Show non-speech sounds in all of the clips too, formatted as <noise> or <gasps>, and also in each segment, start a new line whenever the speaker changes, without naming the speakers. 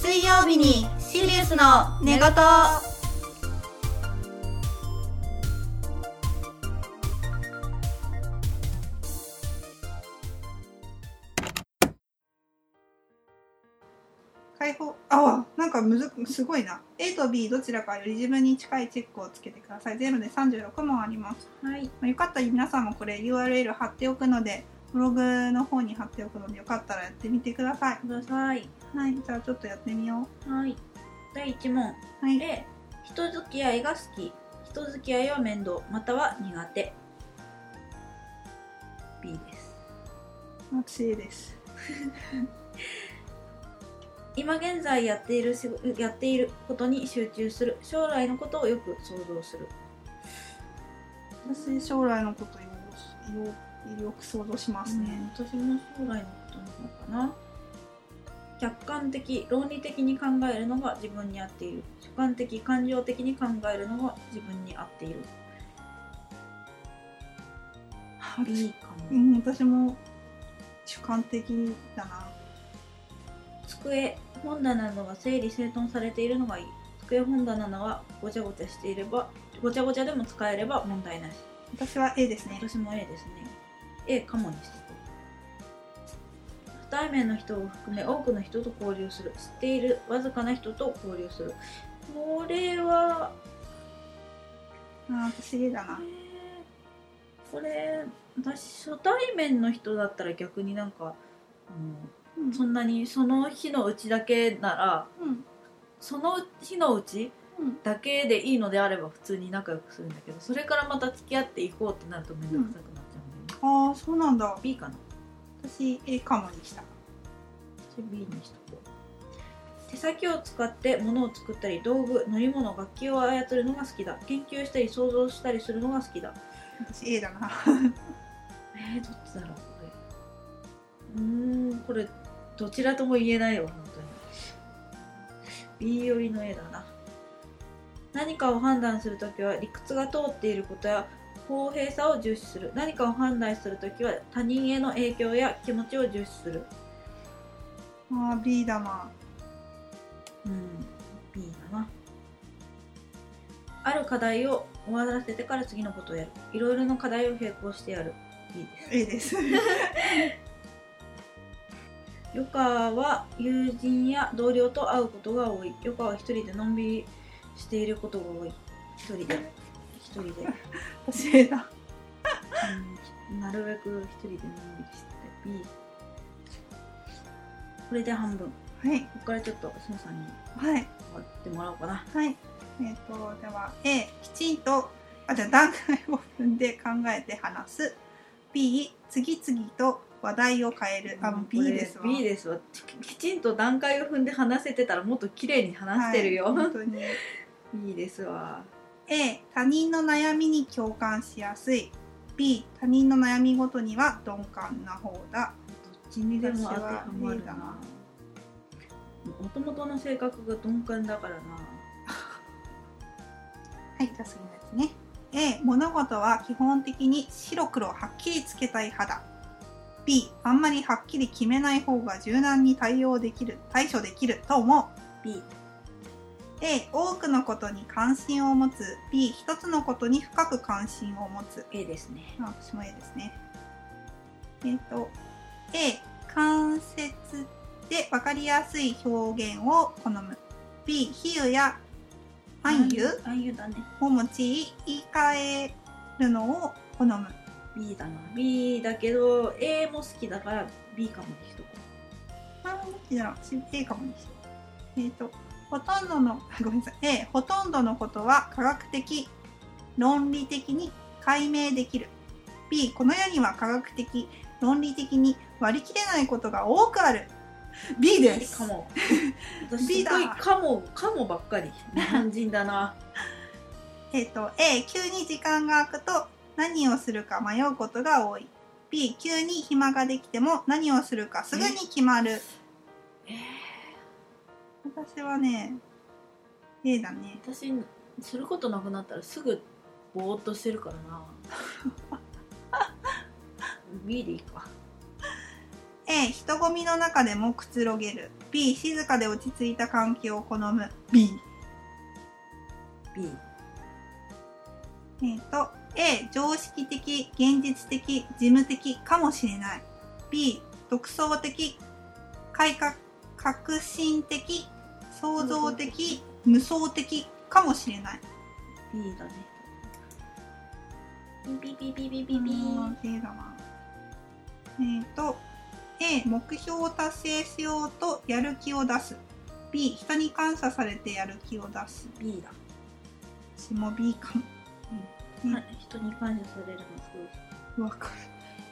水曜日にシリウスの寝言
解放ああなんかむずすごいな A と B どちらかより自分に近いチェックをつけてください全部で36問あります、
はい
まあ、よかったら皆さんもこれ URL 貼っておくのでブログの方に貼っておくのでよかったらやってみてください
ください
はいじゃあちょっとやってみよ
はい第1問
うはい
A 人付き合いが好き人付き合いは面倒または苦手 B です
私 A です
今現在やっている仕事やっていることに集中する将来のことをよく想像する
私将来のことよよよく想像しますね、
うん私も将来のことの方かな客観的論理的に考えるのが自分に合っている主観的感情的に考えるのが自分に合っている
私
B か
う
も
ん、私も主観的だな
机本棚などが整理整頓されているのがいい机本棚などはごちゃごちゃしていればごちゃごちゃでも使えれば問題なし
私は A ですね
私も A ですね A かもです初対面の人を含め多くの人と交流する知っているわずかな人と交流するこれは
あー私 A だな
えーこれ私初対面の人だったら逆になんか、
う
うん
ん
そんなにその日のうちだけなら
うん
その日のうち
うん
だけでいいのであれば普通に仲良くするんだけどそれからまた付き合っていこうってなると面倒くさくなっちゃうんで、
ああそうなんだ
B かな
私 A かもでした
じゃあ B にしとこう手先を使って物を作ったり道具乗り物楽器を操るのが好きだ研究したり想像したりするのが好きだ
私 A だな
えー、どっちだろうこれうーんこれどちらとも言えないよ本当に B 寄りの絵だな何かを判断するときは理屈が通っていることや公平さを重視する何かを判断するときは他人への影響や気持ちを重視する
あー B だな
うん、B だな。ある課題を終わらせてから次のことをやる。いろいろな課題を並行してやる。B です。
A です
<laughs> ヨカは友人や同僚と会うことが多い。ヨカは一人でのんびりしていることが多い。一人で。一人で。
私 A だ
うんなるべく一人でのんびりしてて。B。これで半分。こ
はい
こからちょっとスノさんに
はい
終わってもらおうかな。
はいえっ、とでは A きちんとあじゃあ段階を踏んで考えて話す B 次々と話題を変えるあもう B ですわ
これ B ですわききちんと段階を踏んで話せてたらもっと綺麗に話してるよ、
はい、本当に
いいですわ
A 他人の悩みに共感しやすい B 他人の悩みごとには鈍感な方だ
どっちにでも当てはま
私は A
る
だな
なもともとの性格が鈍感だからな
はい、じゃあ次のやつね。A、物事は基本的に白黒はっきりつけたい派だ。B、あんまりはっきり決めない方が柔軟に対応できる、対処できると思う。
B
A、多くのことに関心を持つ。B、一つのことに深く関心を持つ。
A ですね
まあ、私も A ですね。えっ、と、A、関節で分かりやすい表現を好む。B、比喩や暗喩、
暗喩だね
を用い言い換えるのを好む
B だな B だけど A も好きだから B かもできとこ
あーなるほど A かもにしてえっ、とほとんどのごめんなさい A ほとんどのことは科学的論理的に解明できる B この世には科学的論理的に割り切れないことが多くある B で
B
す <laughs>
かも私
B
す
だ
ごいかもかもばっかり日本人だ
<laughs>
な
えっ、と A 急に時間が空くと何をするか迷うことが多い B 急に暇ができても何をするかすぐに決まる
えー
私はね A だね
私することなくなったらすぐぼーっとしてるからな B でいいか
A 人混みの中でもくつろげる B 静かで落ち着いた環境を好む B
B
えっと A 常識的現実的事務的かもしれない B 独創的改革革新的創造的無双的かもしれない
B だね
ビビビビビビ
うーん A だなえっと A 目標を達成しようとやる気を出す B 人に感謝されてやる気を出す
B だ、
私も B かもうん
はい人に感謝されるのすごい
わかる。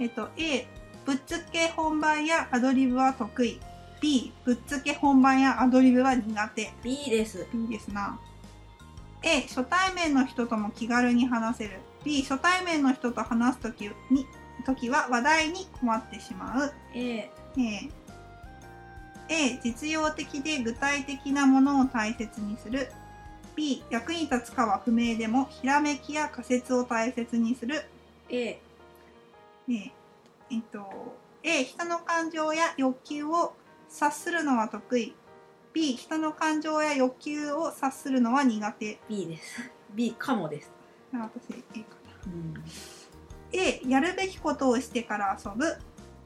えっと、A、ぶっつけ本番やアドリブは得意。B、ぶっつけ本番やアドリブは苦手。
B です
B ですな。A、初対面の人とも気軽に話せる。B、初対面の人と話すときに、時は話題に困ってしまう。
A
A、A、実用的で具体的なものを大切にする。B、役に立つかは不明でも、ひらめきや仮説を大切にする。
A
ねえっと、A、人の感情や欲求を察するのは得意。B、人の感情や欲求を察するのは苦手。
B です B かもです、
あ私、A かな。
うん、
A、やるべきことをしてから遊ぶ。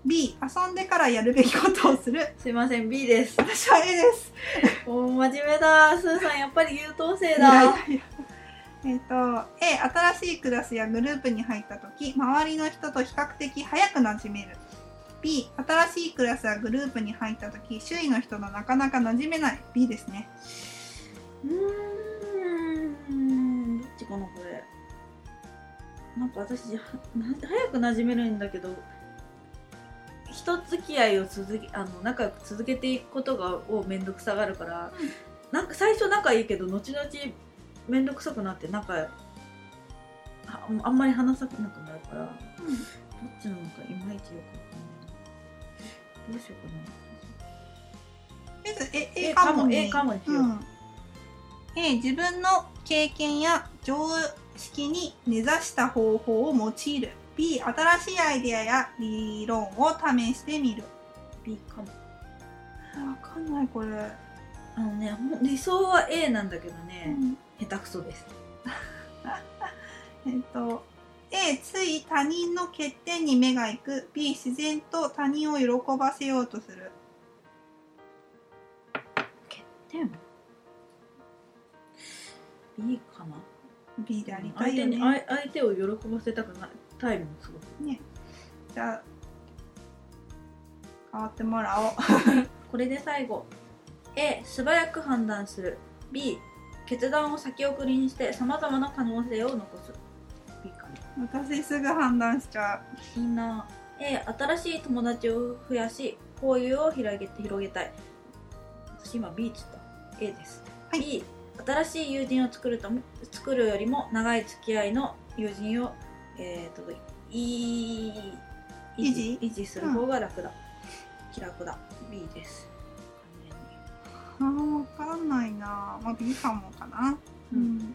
B、遊んでからやるべきことをする。
すいません B です
私は A です。
おー真面目だスーさんやっぱり優等生
いやい
だ
やいや <laughs> えっと、A、新しいクラスやグループに入った時周りの人と比較的早く馴染める。B、新しいクラスやグループに入った時周囲の人となかなか馴染めない。B ですね。
うーんどっちかなこれなんか私はな早く馴染めるんだけど人付き合いを続けあの仲良く続けていくことがを面倒くさがるから、なんか最初仲いいけど後々面倒くさくなって仲ああんまり話さなくなるからど
うん
っちなのかいまいちよくわかんないなどうしようかな
とりあえず A,
A
A
か
か
も
も
A かもにしよう、
うん、A 自分の経験や常識に根ざした方法を用いる B 新しいアイデアや理論を試してみる
B かも
わかんないこれ、
あのねほん理想は A なんだけどね、下手くそです
えっと A つい他人の欠点に目がいく B 自然と他人を喜ばせようとする
欠点 B かな
B でありた
相
いよ
手
ね
に相相手を喜ばせたくないタイムもすごく
じゃあ変わってもらおう
これで最後 A 素早く判断する B 決断を先送りにしてさまざまな可能性を残す B か
<laughs>
な
私すぐ判断しちゃう
いいな A 新しい友達を増やし交友を広げて広げたい私今 B っつった A です、
はい
B 新しい友人を作るとも作るよりも長い付き合いの友人をえー、といい維持維持する方が楽だ、気楽だ B です
あーわかんないな。まあ、B かもかな。
うん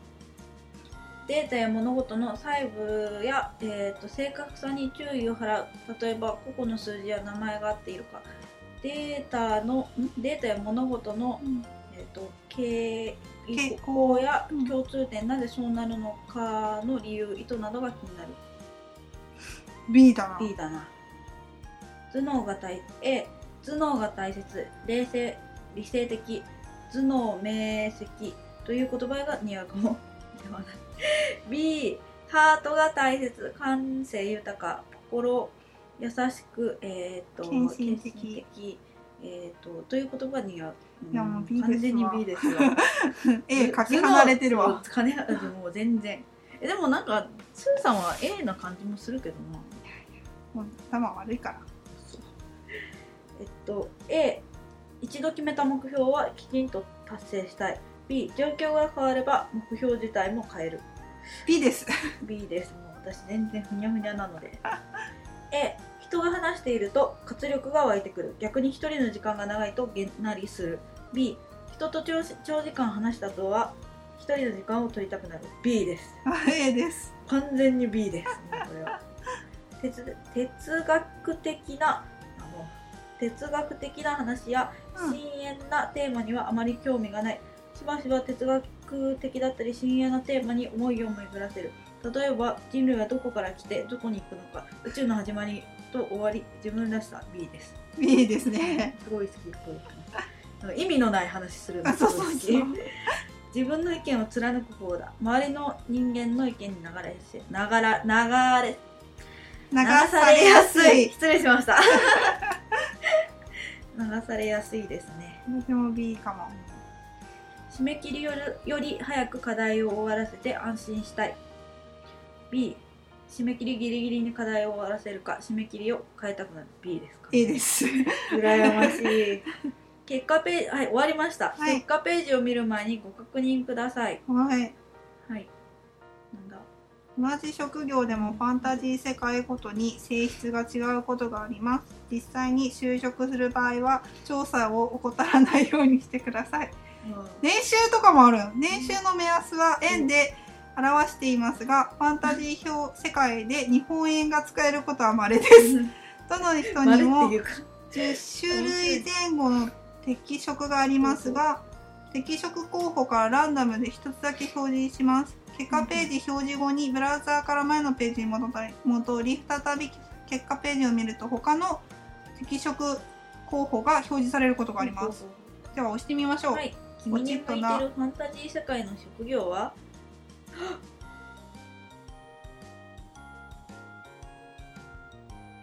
データや物事の細部や、えー、と正確さに注意を払う例えば個々の数字や名前が合っているかデータのんデータや物事の、
うん。
えー、と傾
傾
向や
うん
共通点、なぜそうなるのかの理由意図などが気になる
B だな。
B だな頭脳が大 A 頭脳が大切冷静理性的頭脳明晰という言葉が似合うかもではない <laughs> B ハートが大切感性豊か心優しくえっ、と
献身的
献身的えっ、とという言葉に似合ううん
いやもう B ですわ
完全に B ですよ
<laughs> A かけ離れてるわ。
頭脳そうかけ離れもう全然えでもなんかスーさんは A な感じもするけどな
もう頭悪いから。
えっと、A、一度決めた目標はきちんと達成したい。B、状況が変われば目標自体も変える。
B です。
B です。もう私全然ふにゃふにゃなので。A、人が話していると活力が湧いてくる。逆に一人の時間が長いとげんなりする。B、人と長長時間話した後は一人の時間を取りたくなる。B です。
あ A です。
完全に B です、ね、これは哲哲学的なあもう哲学的な話や
うん
深遠なテーマにはあまり興味がないしばしば哲学的だったり深遠なテーマに思いを巡らせる例えば人類はどこから来てどこに行くのか宇宙の始まりと終わり自分らしさ B です
B です <laughs> ね。
すごい好きこういう話意味のない話するの
あ
す
そう
ご
そ
い好
うそ
き
う。
自分の意見を貫く方だ周りの人間の意見に流れしながら流れ
流されやすい。
失礼しました流されやすいですね
でも B かも。
締め切りよりより早く課題を終わらせて安心したい B 締め切りギリギリに課題を終わらせるか締め切りを変えたくなる B ですか
A です。 <laughs>
羨ましい <laughs> 結果ページはい終わりました、
はい
結果ページを見る前にご確認ください
はい。
はいなんだ
同じ職業でもファンタジー世界ごとに性質が違うことがあります実際に就職する場合は調査を怠らないようにしてください年収とかもある年収の目安は円で表していますがファンタジー表世界で日本円が使えることは稀ですどの人
丸
に
っ
も
ていうか
10種類前後の適色がありますが適色候補からランダムで1つだけ表示します結果ページ表示後にブラウザーから前のページに戻り戻り再び結果ページを見ると他の適色候補が表示されることがありますでは押してみましょう、
はい君に向いてるファンタジー世界の職業は <gasps>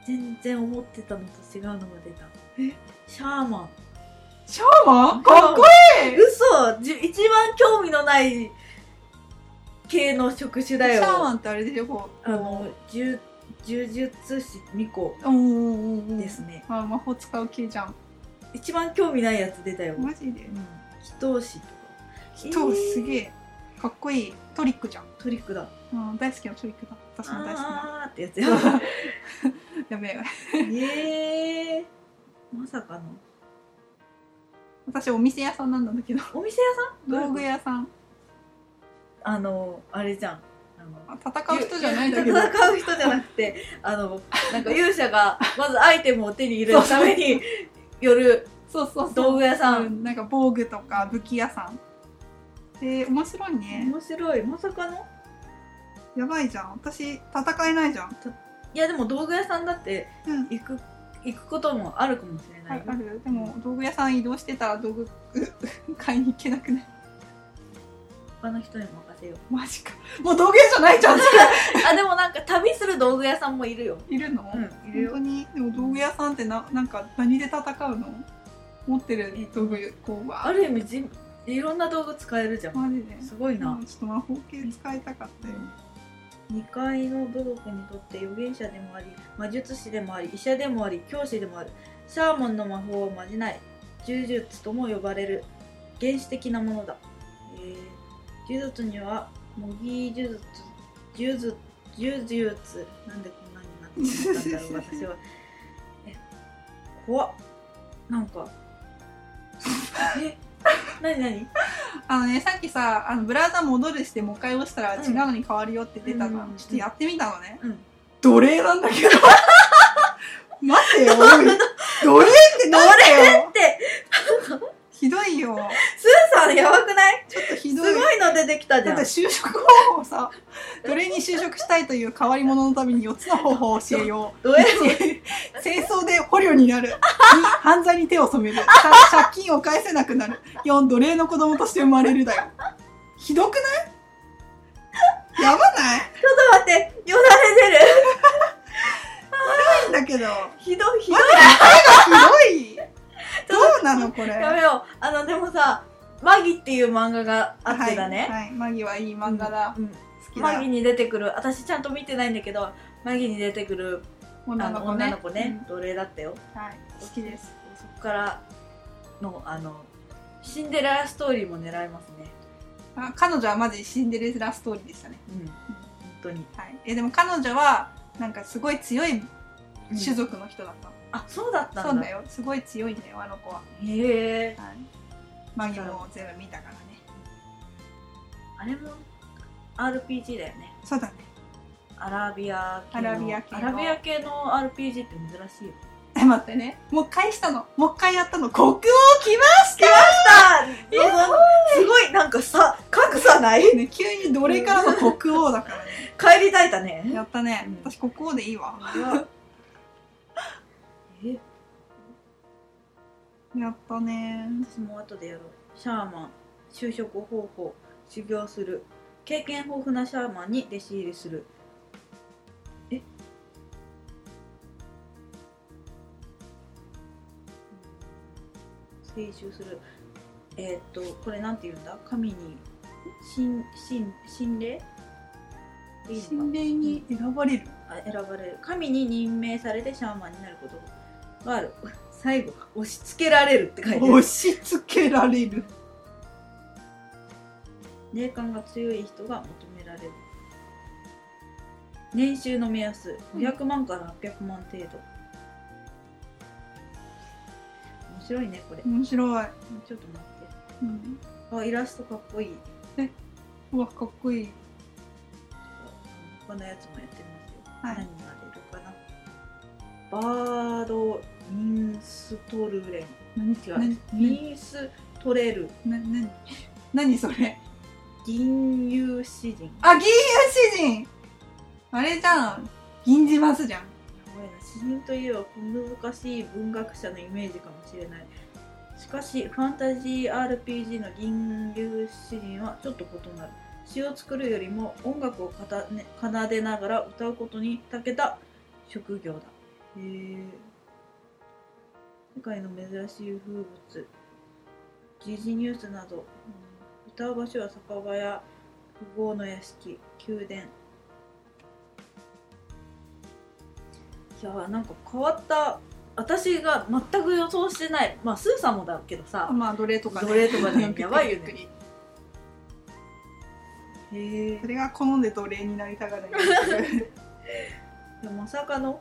全然思ってたのと違うのが出た
え
シャーマ
シャーマ
ン
いいい
嘘じ一番興味のない系の職種だ
シ
よ
ャーマンってあれでしょこう
あの呪呪術師2個
おーおーおー
ですね、
あ魔法使う系じゃん
一番興味ないやつ出たよ、うん、
マジで
祈祷師とか
人す
え
げえかっこいいトリックじゃん
ートリックだ
うん、大好きなトリックだ。私も大好きな。
あーってやつ <laughs> や
やべえ。
ええまさかの
私お店屋さんなんだけど、
お店屋さん
道具屋さん。
あのあれじゃんあの
あ戦う人じゃないんだけど。
戦う人じゃなくて <laughs> あのなんか勇者がまずアイテムを手に入れるために夜
そうそうそう。
道具屋さん
うんなんか防具とか武器屋さん。で、面白いね。
面白いまさかの
やばいじゃん。私、戦えないじゃん。
いやでも道具屋さんだって
うん。
行く行くこともあるかもしれ
あ
ない
あるでも道具屋さん移動してたら道具買いに行けなくない
他の人に任せよう
マジかもう道具屋じゃないじゃん
あでもなんか旅する道具屋さんもいるよ
いるの、
うんいる
本
よ
当にでも道具屋さんってななんか何で戦うの持ってる道具こうわー
ある意味じいろんな道具使えるじゃん
マジです
ごいな、
うんちょっと魔法系使いたかったよ。
2階の部族にとって預言者でもあり魔術師でもあり医者でもあり教師でもあるシャーマンの魔法はまじない呪術とも呼ばれる原始的なものだ、えー、呪術には模擬呪術呪術呪術なんでこんなになってしまったんだろう私はえ怖っなんかえ何何
あのね、さっきさ、あのブラウザ戻るしてもう一回押したら
うん
違うのに変わるよって出たの、
うん
ちょっとやってみたのね。
うん
奴隷なんだけ <laughs> ど。待ってよ。奴隷ってなんだよ。
って
ひどいよ。
スーさんやばくない
ちょっとひ
す
ど
ご
い。
いの出てきたじ
だ
ゃ
っ
ん
て就職方法をさ、奴隷に就職したいという変わり者のために4つの方法を教えよう。
どうや
<laughs> 戦争で捕虜になる。2、犯罪に手を染める。3、借金を返せなくなる。4、奴隷の子供として生まれるだよ。ひどくないやばない
ちょっと待って、よだれ出る。
<laughs> ひどいんだけど。
ひどい、ひどい
待。って、ひどい。どうなのこれ。
やめよう。あの、でもさ、マギっていう漫画があってだ
はい
ね。
はい。マギはいい漫画だ。
うん。
好き
マ
だ
ギ。に出てくる、私ちゃんと見てないんだけど、マギに出てくる
女
あ
の
の
子ね。
女の子ね、奴隷だったよ。
うん。はい。好きです。
そこからの、あの、シンデレラストーリーも狙えますね。
あ彼女はマジシンデレラストーリーでしたね。
うん。本当に。
はい。え、でも彼女は、なんかすごい強い種
うん
族の人だったの。
あ、そうだったんだ。
そうだよ。すごい強いんだよ、あの子は。
へえ。
はい、マギも全部見たからね
あれも RPG だよね。
そうだね
アラビア系の。
アラビア系の
アラビア系の RPG って珍しいよ。
え、 <laughs> 待ってね。もう一回したの。もう一回やったの。国王来ました
すごいなんかさ格差ない
ね、急に奴隷からの国王だからね。
帰りたいだね
<laughs> やったね
うん。
私、国王でいいわ。
え
やったね。
私も後でやろうシャーマン就職方法修行する経験豊富なシャーマンに弟子入りするえ聖囚するえーっとこれなんて言うんだ神に神神神霊いいのか
神霊に選ばれる。
あ選ばれる神に任命されてシャーマンになることがある <laughs> 最後押し付けられるって書いてある
押し付けられる。
霊感が強い人が求められる年収の目安
うん
500万から800万程度、面白いねこれ
面白い。
ちょっと待っ
う
て
ん。
あイラストかっこいいう
わ、かっこいい。
他のやつもやってますよ、
はい
何が出るかなバードミンストルレン
何
違う
何
ミンストレル
何何 <laughs> 何それ。
銀融詩人
あ、銀融詩人あれじゃん。銀じますじゃん。
やばいな詩人といえば小難しい文学者のイメージかもしれないしかしファンタジー RPG の銀流詩人はちょっと異なる詩を作るよりも音楽をかた、ね、奏でながら歌うことに長けた職業だへえ世界の珍しい風物時事ニュースなど、うん歌う場所は酒場や富豪の屋敷宮殿いやーなんか変わった私が全く予想してないまあスーさんもだけどさ
まあ、奴隷とかね。
奴隷とかね
びっくり
やばい
び
よ
っく
ね
り
へえ
それが好んで奴隷になりたがらない。
まさかの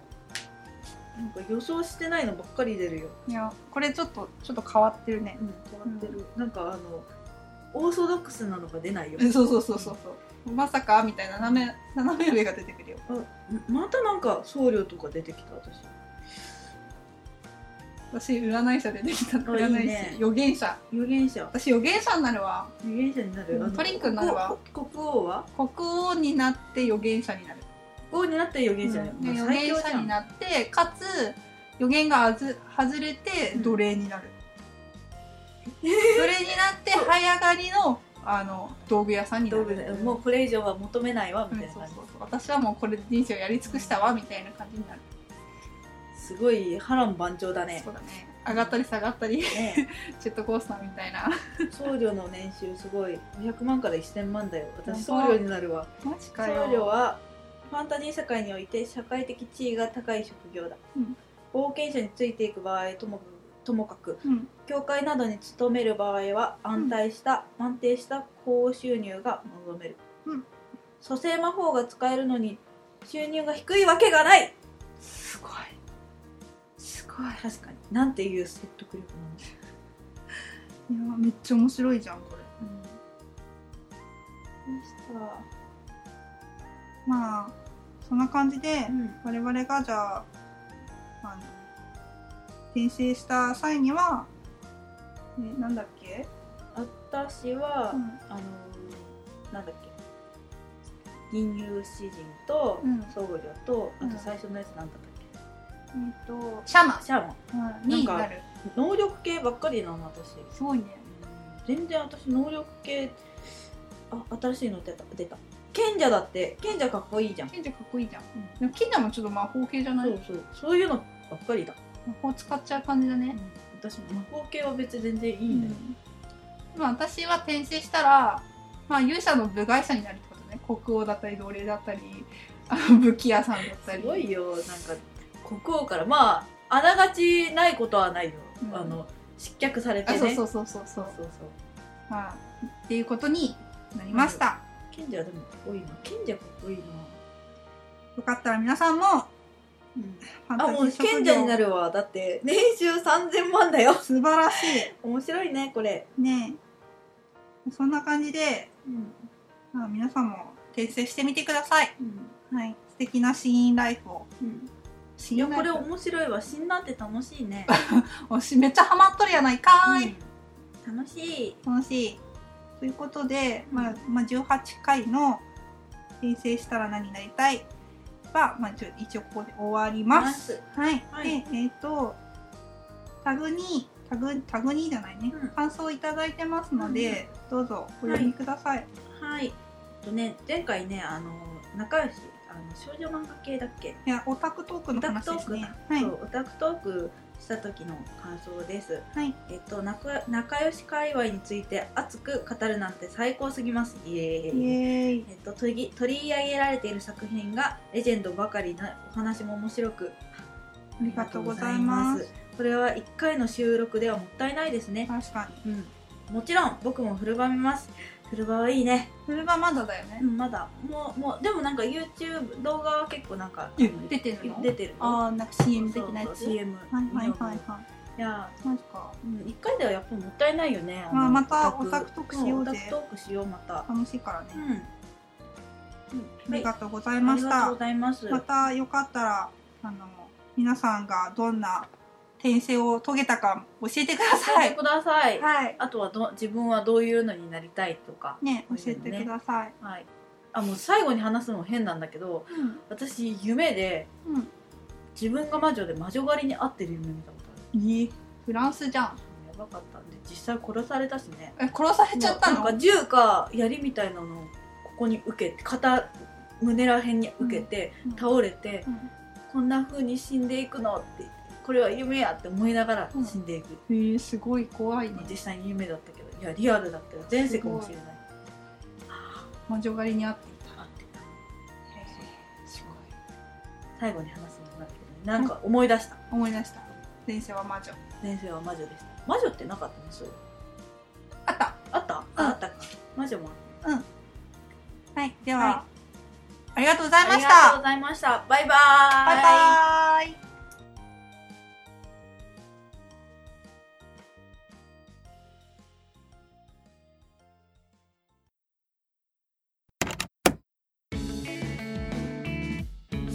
なんか予想してないのばっかり出るよ、
いや、これちょっと、ちょっと変わってるね。
うん、変わってる、なんかあのオーソドックスなのが出ないよ
えそうそうそうそうそう。まさかみたいな斜め、斜め上が出てくるよ。
あまたなんか僧侶とか出てきた私
私、占い師出てきた。
あいい
占い師、
ね
予言者。
預言者
私、予言者になるわ。
預言者になる、
うん
あの
トリンクになるわ
国国王は
国王になって予言者になる。
国王になって預言者になる、
うんで
も
予
う最
言
強じ
者
ゃ
に
ん
なって、かつ、予言があず外れて奴隷になる。奴隷になって、早上がりの、あの、道具屋さんにな
どう
る。
ぐらいもうこれ以上は求めないわ
うん
みたいな
そ
感
う
じ、
そうそう私はもうこれで人生をやり尽くしたわみたいな感じになる、
すごい波乱万丈だね
そうだね上がったり下がったり <laughs>
ね
ジェットコースターみたいな
僧侶の年収すごい500万から1000万だよ私僧
やば
侶になるわ
マジ
僧
かよ
侶はファンタジー世界において社会的地位が高い職業だ、
うん
冒険者についていく場合ともともかく
うん
教会などに勤める場合は安泰した、安定した高収入が望める、
うん
蘇生魔法が使えるのに収入が低いわけがない
すごいすごいい
確かになんていう説得力なの
やめっちゃ面白いじゃんこれ
うんでした
まあそんな感じで
うん
我々がじゃああの転生した際にはえなんだっけ、
私は、
うん
あのーなんだっけ銀融詩人と
うん
僧侶と、
うん
あと最初のやつなんだったっ
えっとシャマ
けシャーマン
ンになる
能力系ばっかりなの私
すごいね
全然私能力系あ新しいの出た出た賢者だって賢者かっこいいじゃん、
賢者かっこいいじゃんでも賢者もちょっと魔法系じゃない
そうそうそういうのばっかりだ、
魔法使っちゃう感じだね
私も魔法系は別に全然いい
うん
だよ、
んまあ私は転生したら、まあ、勇者の部外者になるってことね国王だったり奴隷だったりあの武器屋さんだったり
すごいよなんか国王からまああながちないことはないよ、
うん
あの失脚されて
あ
ね
そうそうそうそうそう
そうそう
まあっていうことになりました、
賢者でもかっこいいな賢者かっこいいな、
よかったら皆さんもファンタ
あ
ジ
も
ー
う
職業
賢者になるわだって年収3000万だよ <laughs>
素晴らし
面白いねこれ、
いねえそんな感じで、
うん
まあ、皆さんも転生してみてください、
うん
はい、素敵なシーンライフを
うん、
死
い
な
や
い
これ面白いわ死んだって楽しいね
おしめっちゃハマっとるやないかーい、
うん楽しい
楽しいということで、まあまあ、18回の「転生したら何になりたいは」まあ、ちょ一応ここで終わります。はい、
はい
でえっ、とタグにタグタグにじゃないね、
うん
感想をいただいてますので、どうぞお読みください。
はいえっとね前回ねあの仲良しあの少女漫画系だっけ
いや、オタクトーク
オ
の
タク
話
ト
で
ー
す
ク
ね
だ。
はい
そ。うオタクトークした時の感想です
はい。
えっと仲仲良し界隈について熱く語るなんて最高すぎますイエーイ
イエーイ。
えっと、取り取り上げられている作品がレジェンドばかりなお話も面白く
ありがとうございます。
これは1回の収録ではもったいないですね、
確かに。
うん、もちろん僕もフルバ見ますフルバはいいね、
それはまだだよね
う。ん、まだもうもうでもなんか YouTube 動画は結構なんか
え出てるの
出てる
ああ、なんか CM 的なや
そう
つ。
そう
はい
CM
はいはいはい。
いや
マジか。
うん、1回ではやっぱもったいないよね
まあ、
の
またオ
オ
タ
タ
ク
ク
トークしよう
ん
ぜ
オタ。クトークしようまた
楽しいから
う
ね。
んうん
あ
は
り
い
がとうござい
あ
ま
り
し
がと
た
うご。ざいます
またよかったら、あの、皆さんがどんな転生を遂げたか教えてくだ
教
さ
えて
い。
ください、
はい。
あと <laughs> はど自分はどういうのになりたいとか、
ね、教えてください。
はい、あもう最後に話すのも変なんだけど私夢で
うん。
自分が魔女で魔女狩りに遭ってる夢見たことあ
うん。いい。フランスじゃん。
るやばかったんで実際殺されたしね
え、殺されちゃったの
なんか銃か槍みたいなのをここに受けて肩胸ら辺に受けて、
うんうん
倒れて
うん
こんな風に死んでいくのってこれは夢やって思いながら死んでいく、
えー、すごい怖いね
実際に夢だったけどいやリアルだったよ前世かもしれない
魔女狩りにあっていた
あってた
すご
最後に話すのもなんだけどなんか思い出した
い思い出した前世は魔女
先生は魔女でした魔女ってなかったねそういう
あった
あった、あ
うん
あったか魔女も
はいでは、
は
ありがとうござい
あ
ま
り
し
がとう
た
ございましたバイバ
バ
ー
イバイ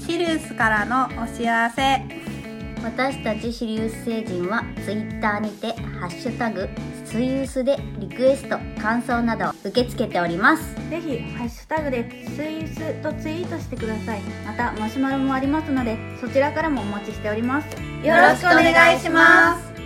シルスからのお知らせ
私たちシリウス星人はツイッターにて「ハッシュタグスイウス」でリクエスト感想などを受け付けております
ぜひハッシュタグでスイスとツイートしてくださいまたマシュマロもありますのでそちらからもお待ちしております
よろしくお願いします